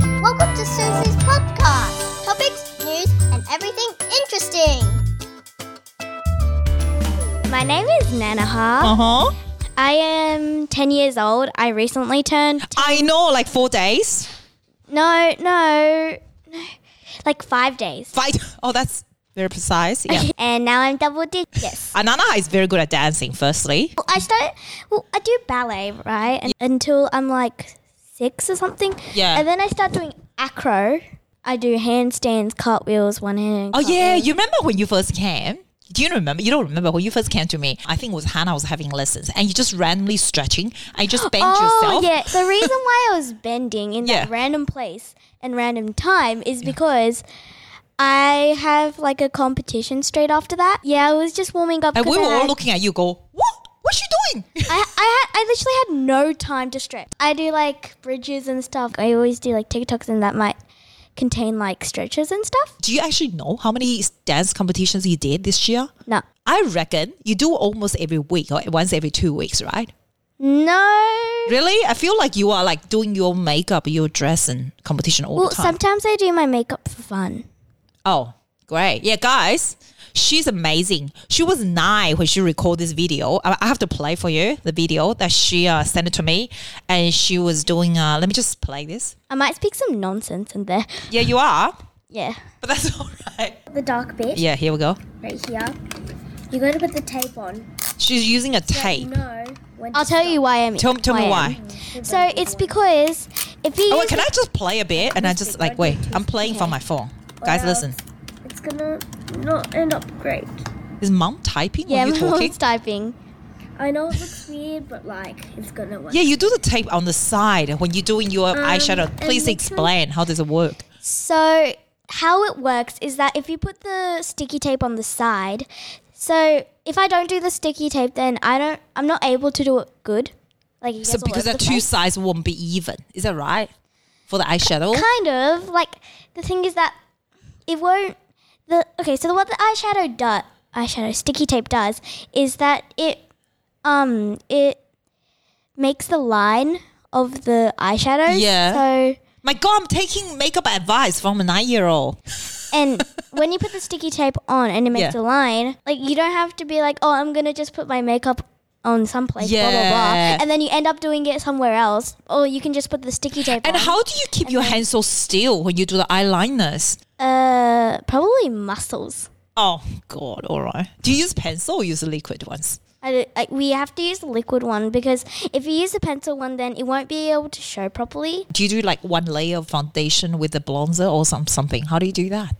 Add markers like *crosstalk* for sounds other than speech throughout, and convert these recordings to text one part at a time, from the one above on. Sister Susie's podcast. Topics, news, and everything interesting. My name is Nana Ha. Uh huh. I am 10 years old. I recently turned. I know, like four days. No, no, no. Like five days. Fight. Oh, that's very precise. *laughs* Yeah. And now I'm double *laughs* digits. Anana is very good at dancing, firstly. Well, I start. Well, I do ballet, right? And, Until I'm like six or something. Yeah. And then I start doing acro. I do handstands, cartwheels, one hand. Oh, yeah. cartwheels. You remember when you first came? Do you remember? You don't remember when you first came to me. I think it was Hannah was having lessons and you just randomly stretching and you just bent Oh yourself. yeah, *laughs* the reason why I was bending in Yeah. that random place and random time is because I have like a competition straight after that. Yeah, I was just warming up. And we 'cause were I, all had- looking at you go, what? What's she doing? *laughs* I, I, had, I literally had no time to stretch. I do like bridges and stuff. I always do like TikToks and that might contain like stretches and stuff. Do you actually know how many dance competitions you did this year? No, I reckon you do almost every week or once every two weeks, right? no. Really? I feel like you are like doing your makeup, your dress and competition all Well, the time. sometimes I do my makeup for fun. oh, great. Yeah, guys, she's amazing. She was nine when she recorded this video. I, I have to play for you the video that she uh, sent it to me. And she was doing, uh, let me just play this. I might speak some nonsense in there. Yeah, you are, Yeah. but that's *laughs* all right. the dark bit Yeah, here we go. right here. You got to put the tape on. She's using a tape. No. When I'll tell you why I'm. Tell, tell me I am. why. So it's because if you Oh, wait, use can I just play a bit? And I just like, wait, I'm playing from my phone. Guys, listen. It's gonna not end up great. Is mom typing yeah, when my *laughs* you're talking? mom's typing. I know it looks weird, but like it's gonna work. Yeah, you do the tape on the side when you're doing your eyeshadow. Please Um, and explain how does it work. So how it works is that if you put the sticky tape on the side, so if I don't do the sticky tape, then I don't. I'm not able to do it good. Like it So gets all because over the the two place. sides won't be even, is that right? For the eyeshadow, kind of like the thing is that it won't. The okay, so what the eyeshadow does, eyeshadow sticky tape does, is that it um it makes the line of the eyeshadows. Yeah. So. my God, I'm taking makeup advice from a nine-year-old. And when you put the sticky tape on and it makes Yeah. a line, like you don't have to be like, oh, I'm gonna just put my makeup on someplace, blah blah Yeah. blah, and then you end up doing it somewhere else, or you can just put the sticky tape. And on. how do you keep your hands so still when you do the eyeliners? Uh, probably muscles. Oh God, all right. Do you use pencil or use the liquid ones? I, d- I- we have to use the liquid one because if you use the pencil one, then it won't be able to show properly. Do you do like one layer of foundation with the bronzer or some something? How do you do that?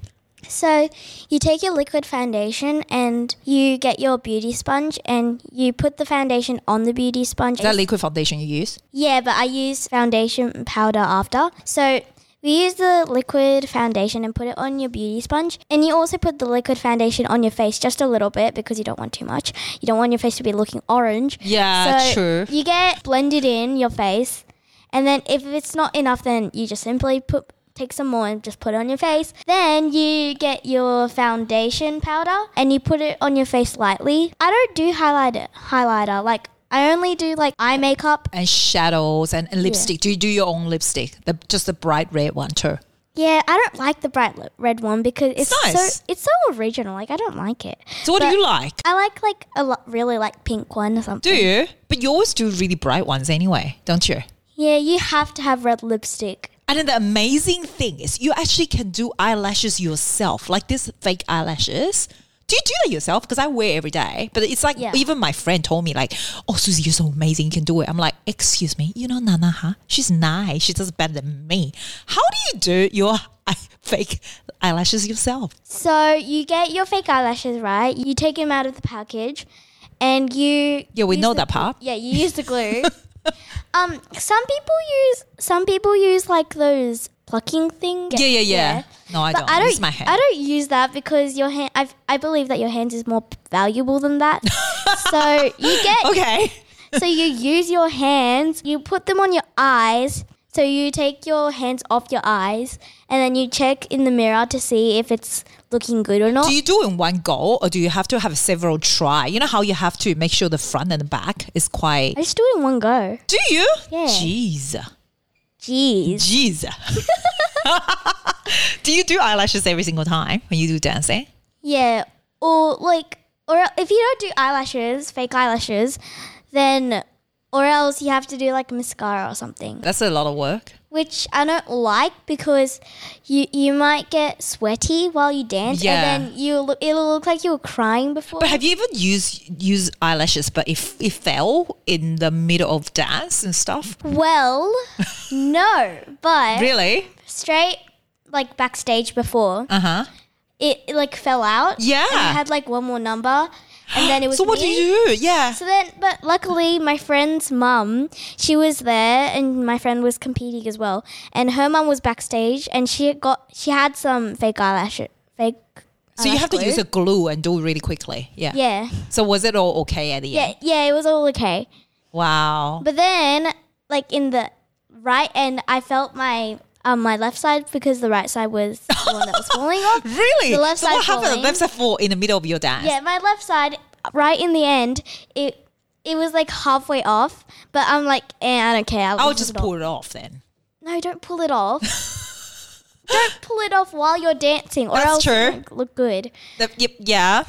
So you take your liquid foundation and you get your beauty sponge and you put the foundation on the beauty sponge. Is that liquid foundation you use? Yeah, but I use foundation powder after. So we use the liquid foundation and put it on your beauty sponge. And you also put the liquid foundation on your face just a little bit because you don't want too much. You don't want your face to be looking orange. Yeah, so true. You get blended in your face. And then if it's not enough, then you just simply put take some more and just put it on your face. Then you get your foundation powder and you put it on your face lightly. I don't do highlighter highlighter. Like I only do like eye makeup and shadows and, and lipstick. Do you do your own lipstick? The, just the bright red one too. Yeah, I don't like the bright li- red one because it's nice. so it's so original. Like I don't like it. So what But do you like? I like like a lo- really like pink one or something. Do you? But you always do really bright ones anyway, don't you? Yeah, you have to have red lipstick. And then the amazing thing is you actually can do eyelashes yourself, like this fake eyelashes. Do you do that yourself? Because I wear every day. But it's like Yeah. even my friend told me, like, oh Susie, you're so amazing, you can do it. I'm like, excuse me, you know Nana, huh? She's nice. She does better than me. How do you do your *laughs* eye- fake eyelashes yourself? So you get your fake eyelashes right. You take them out of the package, and you Yeah, we use know the that part. Yeah, you use the glue. *laughs* um, some people use some people use like those plucking things. Yeah, yeah, yeah. No, I but don't. I don't. It's my hand. I don't use that because your hand. I I believe that your hands is more p- valuable than *laughs* that. so you get. *laughs* Okay. So you use your hands. You put them on your eyes. So you take your hands off your eyes, and then you check in the mirror to see if it's looking good or not. Do you do in one go or do you have to have several try? You know how you have to make sure the front and the back is quite. I just do it in one go. Do you? Yeah. Jeez. *laughs* Jeez. Jeez. do you do eyelashes every single time when you do dancing? Yeah, or like, or el- if you don't do eyelashes, fake eyelashes, then, or else you have to do like mascara or something, That's a lot of work. which I don't like because you you might get sweaty while you dance, Yeah. and then you look, it'll look like you were crying before. But have you even used used eyelashes? But if it fell in the middle of dance and stuff, well, no, but really? straight like backstage before Uh huh. it, it, like fell out. Yeah. and I had like one more number, and then it was. *gasps* So what do me. you do? Yeah. So then, but luckily, my friend's mum, she was there, and my friend was competing as well. And her mum was backstage, and she had got she had some fake eyelash, fake. So you eyelash have to glue. use a glue and do it really quickly. Yeah. Yeah, So was it all okay at the yeah, end? yeah. It was all okay, Wow. but then, like in the right end, I felt my um my left side because the right side was the one that was falling off. *laughs* Really? The left so what side happened? falling. The left side fall in the middle of your dance. Yeah, my left side, right in the end, it it was like halfway off. But I'm like, eh, I don't care. I would just pull it off then. No, don't pull it off. *laughs* don't pull it off while you're dancing, or That's else true. it won't look good. That, yep, yeah.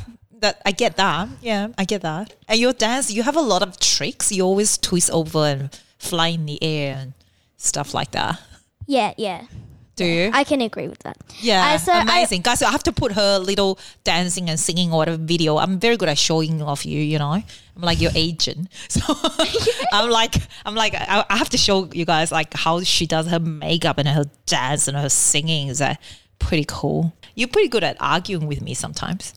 That I get that. Yeah, I get that. And your dance, you have a lot of tricks. You always twist over and fly in the air and stuff like that. Yeah, yeah, Do you? I can agree with that. Yeah, I- so I- amazing, guys. I have to put her little dancing and singing or whatever video. I'm very good at showing off you. You know, I'm like your agent. *laughs* So I'm like, I'm like, I, I have to show you guys like how she does her makeup and her dance and her singing is uh, pretty cool. You're pretty good at arguing with me sometimes.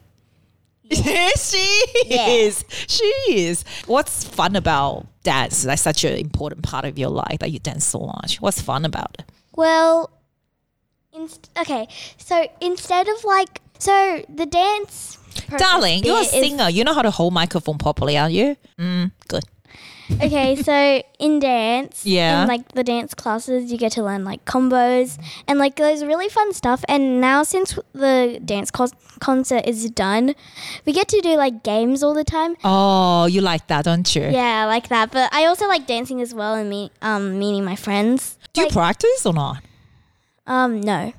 *laughs* Yes, she is. She is. What's fun about dance? That's such an important part of your life that you dance so much. What's fun about it? Well, inst- okay, so instead of like, so the dance. process Darling, you're a bit is- singer. you know how to hold microphone properly, aren't you? Mm, good. okay, so in dance, Yeah. in like the dance classes, you get to learn like combos and like those really fun stuff. And now since the dance cos concert is done, we get to do like games all the time. Oh, you like that, don't you? Yeah, I like that. But I also like dancing as well and meet, um, meeting my friends. Do you practice or not? Um, no,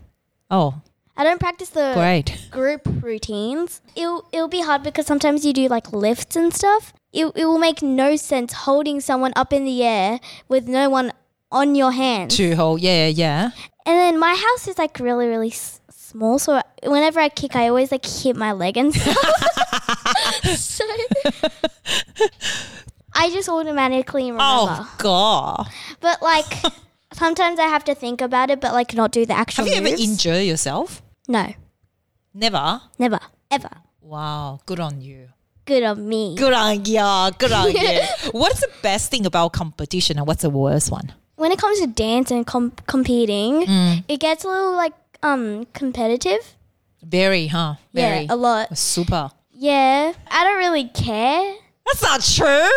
Oh, I don't practice the great. group routines. It'll it'll be hard because sometimes you do like lifts and stuff. It it will make no sense holding someone up in the air with no one on your hand. Two hole, yeah, yeah. And then my house is like really really s- small, so whenever I kick, I always like hit my leg and stuff. so. I just automatically remember. Oh God! But like sometimes I have to think about it, but like not do the actual. Have you ever moves. injured yourself? No, Never. never, ever. Wow, good on you. Good on me. Good on you. Good on you. *laughs* What's the best thing about competition, and what's the worst one? When it comes to dance and com- competing, Mm. it gets a little like um competitive. Very, huh? Very. Yeah, a lot. Super. Yeah, I don't really care. That's not true.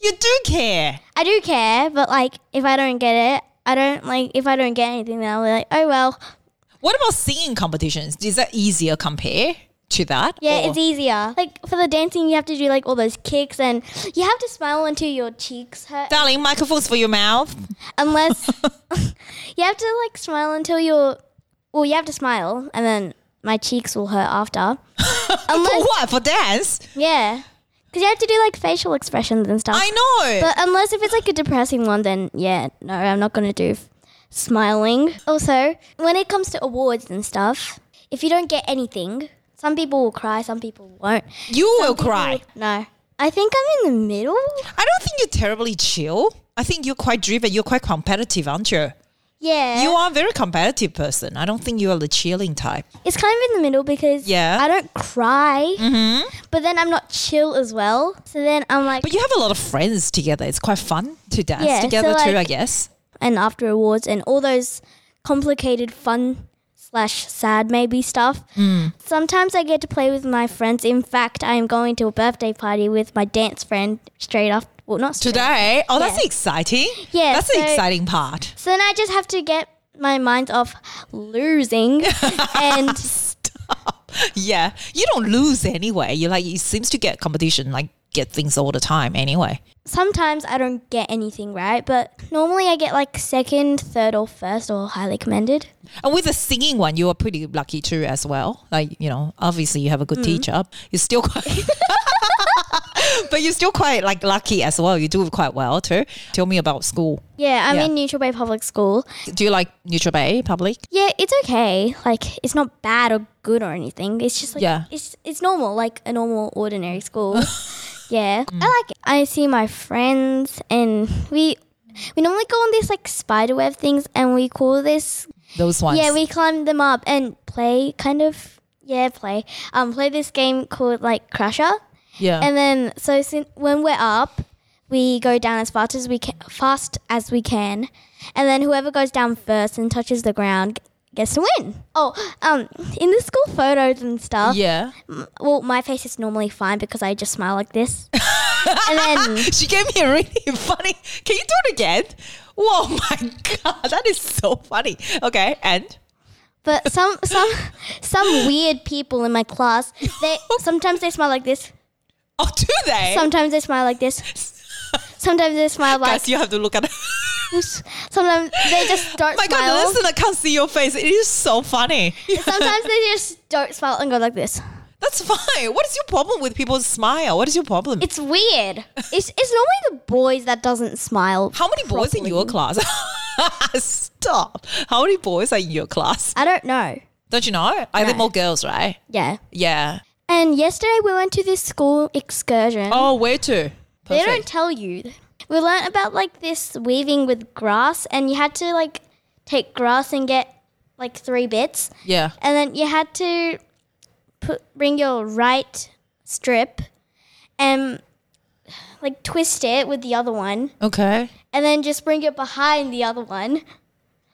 You do care. I do care, but like if I don't get it, I don't like if I don't get anything, then I'll be like, oh well. What about singing competitions? Is that easier compare to that? Yeah, Or- it's easier. Like for the dancing, you have to do like all those kicks, and you have to smile until your cheeks hurt. *laughs* Darling, microphones for your mouth. unless you have to like smile until you're well you have to smile and then my cheeks will hurt *laughs* after For unless Oh, what? For dance? yeah because you have to do like facial expressions and stuff I know. but unless if it's like a depressing one then yeah no i'm not gonna do f- smiling also when it comes to awards and stuff if you don't get anything some people will cry some people won't you will cry. no i think i'm in the middle I don't think you're terribly chill. I think you're quite driven. You're quite competitive, aren't you? yeah You are a very competitive person. I don't think you are the chilling type. It's kind of in the middle because Yeah. Mm-hmm. I don't cry, but then I'm not chill as well. So then I'm like, But you have a lot of friends together. It's quite fun to dance Yeah, so together too, I like- guess. and after awards and all those complicated fun slash sad maybe stuff. Hmm. Sometimes I get to play with my friends. In fact, I am going to a birthday party with my dance friend straight off. Well, not straight. Today. Oh, that's Yeah. exciting. Yeah, That's the so- exciting part. *laughs* So then I just have to get my mind off *laughs* losing and Stop. Yeah. You don't lose anyway. You like it seems to get competition like get things all the time anyway. Sometimes I don't get anything right, but normally I get like second, third, or first, or highly commended. And with the singing one, you are pretty lucky too as well. Like, you know, obviously you have a good teacher. You're still quite *laughs* But you're still quite like lucky as well. You do quite well too. Tell me about school. Yeah, I'm Yeah. in Neutral Bay Public School. Do you like Neutral Bay Public? Yeah, it's okay. Like it's not bad or good or anything. It's just like Yeah. it's it's normal, like a normal ordinary school. *laughs* yeah. I like it. I see my friends and we we normally go on these like spider web things and we call this Those ones. Yeah, we climb them up and play kind of yeah, play. Um play this game called like Crusher. yeah. And then so sin- when we're up, we go down as fast as we can, fast as we can, and then whoever goes down first and touches the ground gets to win. Oh, um, in the school photos and stuff. yeah. m- Well, my face is normally fine because I just smile like this, *laughs* and then *laughs* She gave me a really *laughs* funny. Can you do it again? Whoa, *laughs* my God. That is so funny. Okay. And but some some some weird people in my class. *laughs* They sometimes they smile like this. oh, do they? Sometimes they smile like this. *laughs* Sometimes they smile like. Guys, you have to look at *laughs* it. this. Sometimes they just don't my smile. God, the listener can't see your face. It is so *laughs* funny. Sometimes they just don't smile and go like this. That's fine. What is your problem with people's smile? What is your problem? It's weird. It's, it's normally the boys that doesn't smile. How many boys in your class? *laughs* Stop. How many boys are in your class? I don't know. Don't you know? I think more girls, right? Yeah. Yeah. And yesterday we went to this school excursion. Oh, where to? they don't tell you. We learned about like this weaving with grass, and you had to like take grass and get like three bits, yeah. and then you had to put bring your right strip and like twist it with the other one, Okay. and then just bring it behind the other one.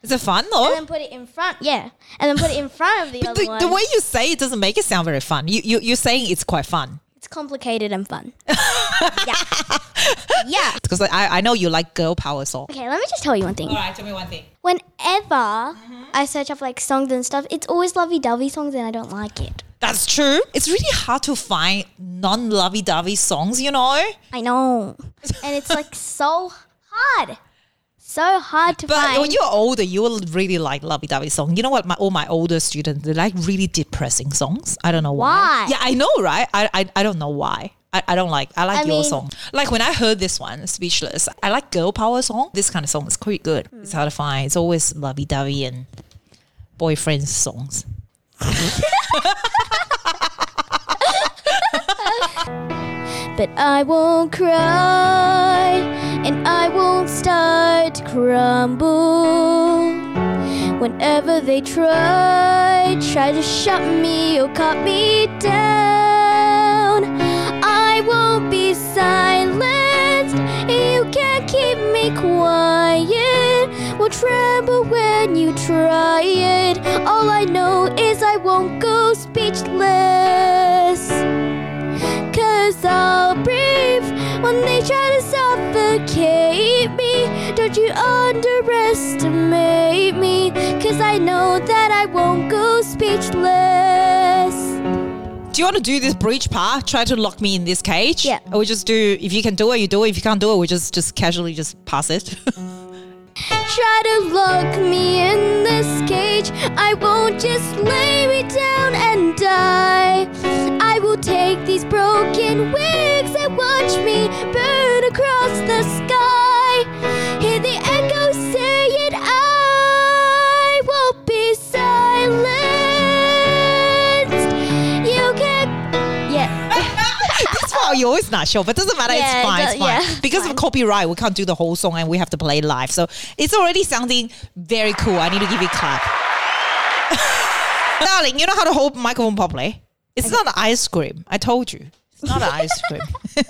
Is it fun though? and then put it in front. Yeah, and then put it in front of the Oh. *laughs* But other the, one. the way you say it doesn't make it sound very fun. You, you you're saying it's quite fun it's complicated and fun. yeah, *laughs* yeah. because I I know you like girl power so. Okay, let me just tell you one thing. right, tell me one thing. Whenever I search up like songs and stuff, it's always lovey-dovey songs, and I don't like it. That's true. It's really hard to find non lovey dovey songs. You know. I know, and it's *laughs* like so hard, so hard to But find. when you're older, you will really like lovey dovey song. You know what? My all my older students they like really depressing songs. I don't know why. Why? Yeah, I know, right? I I, I don't know why. I, I don't like. I I like your mean- song. Like when I heard this one, Speechless. I like girl power song. This kind of song is quite good. It's hard to find. It's always lovey dovey and boyfriend songs. but I won't cry, and I won't start to crumble. Whenever they try, try to shut me or cut me down, I won't be silenced. You can't keep me quiet. Will tremble when you try it. All I know is I won't go speechless. Cause I'll breathe when they try to suffocate me. Don't you underestimate me. Cause I know that I won't go speechless. Do you want to do this breach part? Try to lock me in this cage. Yeah. Or we just do. If you can do it, you do it. If you can't do it, we just just casually just pass it. *laughs* Try to lock me in this cage. I won't just lay me down and die. I will take these broken wings and watch me burn across the sky. Hear the echo saying, I won't be silenced. You can. Yeah. That's why you're always not sure, but doesn't matter. Yeah, it's fine. it It's do- fine. yeah, it's because of fine. copyright, we can't do the whole song and we have to play live. So it's already sounding very cool. I need to give you a clap. *laughs* Darling, you know how to hold microphone properly? It's not an ice cream. I told you. It's not an ice cream. *laughs*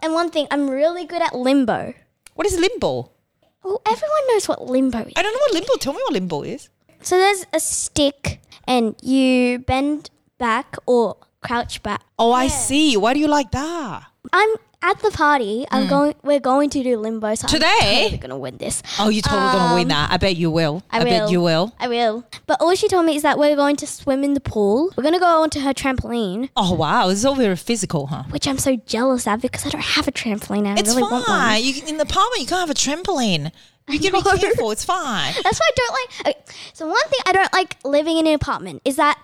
And one thing, I'm really good at limbo. what is limbo? Well, everyone knows what limbo is. I don't know what limbo. Tell me what limbo is. So there's a stick, and you bend back or crouch back. Oh, I see. Why do you like that? I'm At the party, I'm going. We're going to do limbo. So Hmm. Today? I'm totally gonna win this. Oh, you're totally gonna win that. I bet you will. Um, I, will. bet you will. I will. But all she told me is that we're going to swim in the pool. We're gonna go onto her trampoline, Oh wow, it's all very physical, huh? which I'm so jealous at because I don't have a trampoline. and I It's really want one. fine. You, can- in the apartment, you can't have a trampoline. You *laughs* can know. be careful. It's *laughs* fine. That's why I don't like. Okay, so one thing I don't like living in an apartment is that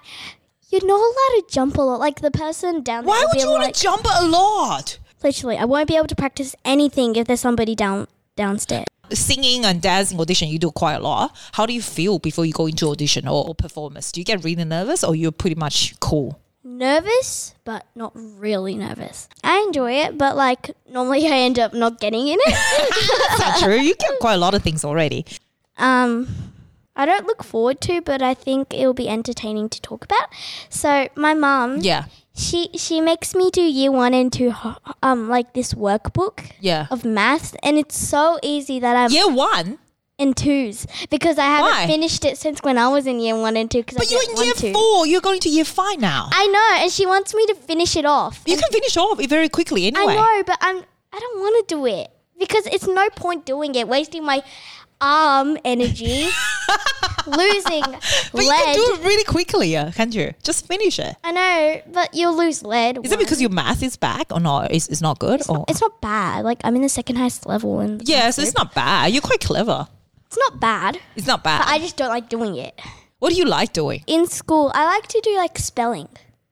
you're not allowed to jump a lot. Like the person down there. Why will would be you want like- to jump a lot? Literally, I won't be able to practice anything if there's somebody down downstairs. Singing and dancing audition, you do quite a lot. How do you feel before you go into audition or, or performance? Do you get really nervous or you're pretty much cool? Nervous, but not really nervous. I enjoy it, but like normally *laughs* I end up not getting in *laughs* it. Is *laughs* that true? You get quite a lot of things already. um, I don't look forward to, but I think it'll be entertaining to talk about. So my mum, Yeah. she she makes me do year one and two, ho- um, like this workbook Yeah. of maths, and it's so easy that I'm Year one? in twos because I haven't Why? finished it since when I was in year one and two. Because But I you're get in one, year two. four. You're going to year five now. I know, and she wants me to finish it off. you can finish off it very quickly anyway. I know, but I'm I don't want to do it because it's no point doing it, wasting my arm *laughs* energy, losing But you lead. can do it really quickly, uh, can't you? Just finish it. I know, but you'll lose lead. Is it because Oh. your math is back or not? It's, it's not good? it's or? not, it's not bad? Like I'm in the second highest level, and yeah, so it's not bad. You're quite clever. it's not bad. It's not bad. But I just don't like doing it what do you like doing? in school. I like to do like spelling.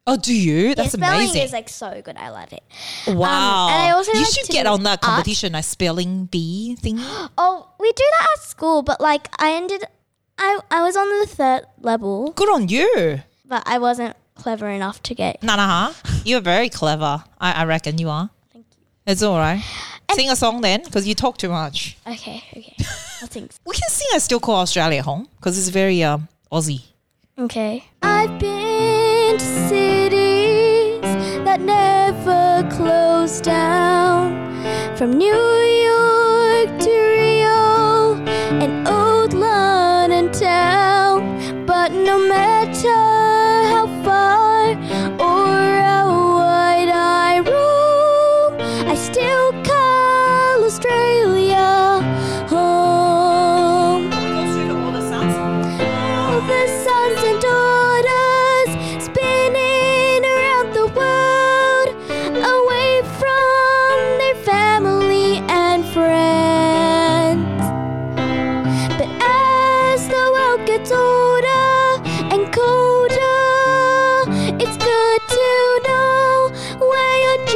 Oh, do you? Yeah, That's spelling amazing. is like so good. I love it. wow. um, and I also you like should to get do on that art. competition, a spelling bee thing. Oh, we do that at school, but like I ended, I I was on the third level, *gasps* good on you. but I wasn't clever enough to get Nana, huh? You're very clever. I, I reckon you are. Thank you. It's all right. Sing a song then, because you talk too much. Okay, okay. I think. We can sing I Still Call Australia Home, because it's very um, Aussie. Okay. I've been to cities that never close down, from New York to Rio and old London town. But no matter how far or how wide I roam, I still call Australia home. All the sons and daughters spinning around the world, away from their family and friends. But as the world gets older and colder, it's good to know where your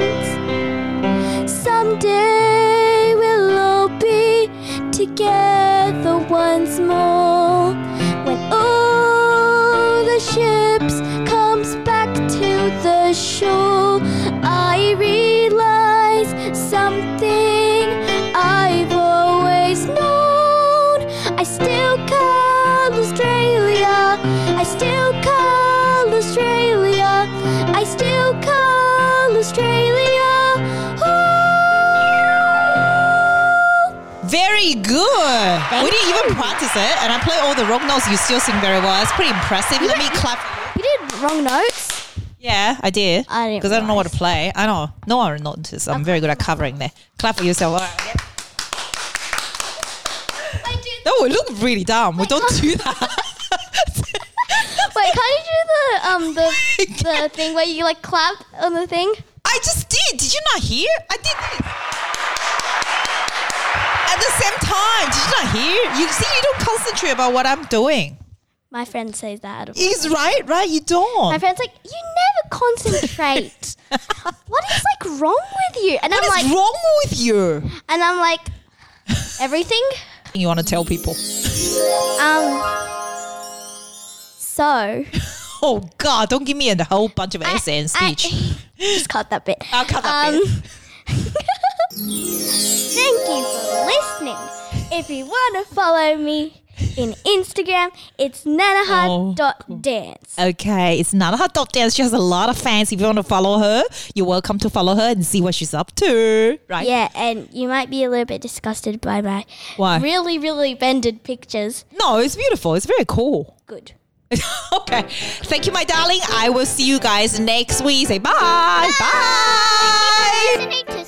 journey ends. Someday we'll all be together once more. When all the ships comes back to the shore, I realize something I've always known. I still call Australia. I still call Australia. I still call Australia. Very good. we didn't even practice it, and I play all the wrong notes. You still sing very well. It's pretty impressive. Let me clap. You did wrong notes. Yeah, I did. I didn't because I don't know what to play. I know. No, I noticed. I'm very good at covering there. Clap for yourself. All right. I did. No, we look really dumb. We don't do that. *laughs* Wait, can't you do the *laughs* um Oh the the thing where you like clap on the thing? I just did. Did you not hear? I did this. At the same time, did you not hear? You see, you don't concentrate about what I'm doing. My friend says that. out of- He's right, right? You don't. My friend's like, you never *laughs* concentrate. what is like wrong with you? And I'm what is like, wrong with you? and I'm like, everything. You want to tell people? Um. So Oh God! Don't give me a whole bunch of essay and I- speech. *laughs* just cut that bit. Um, I'll cut that bit. *laughs* Thank you for listening. If you want to follow me in Instagram, it's Oh, nanahad.dance. Um, Okay, it's not a hot dog dance. She has a lot of fans. If you want to follow her, you're welcome to follow her and see what she's up to. Right? Yeah, and you might be a little bit disgusted by my Why? really, really bended pictures. No, it's beautiful. It's very cool. *laughs* Good. okay. Thank you, my darling. I will see you guys next week. Say bye. bye. Listening to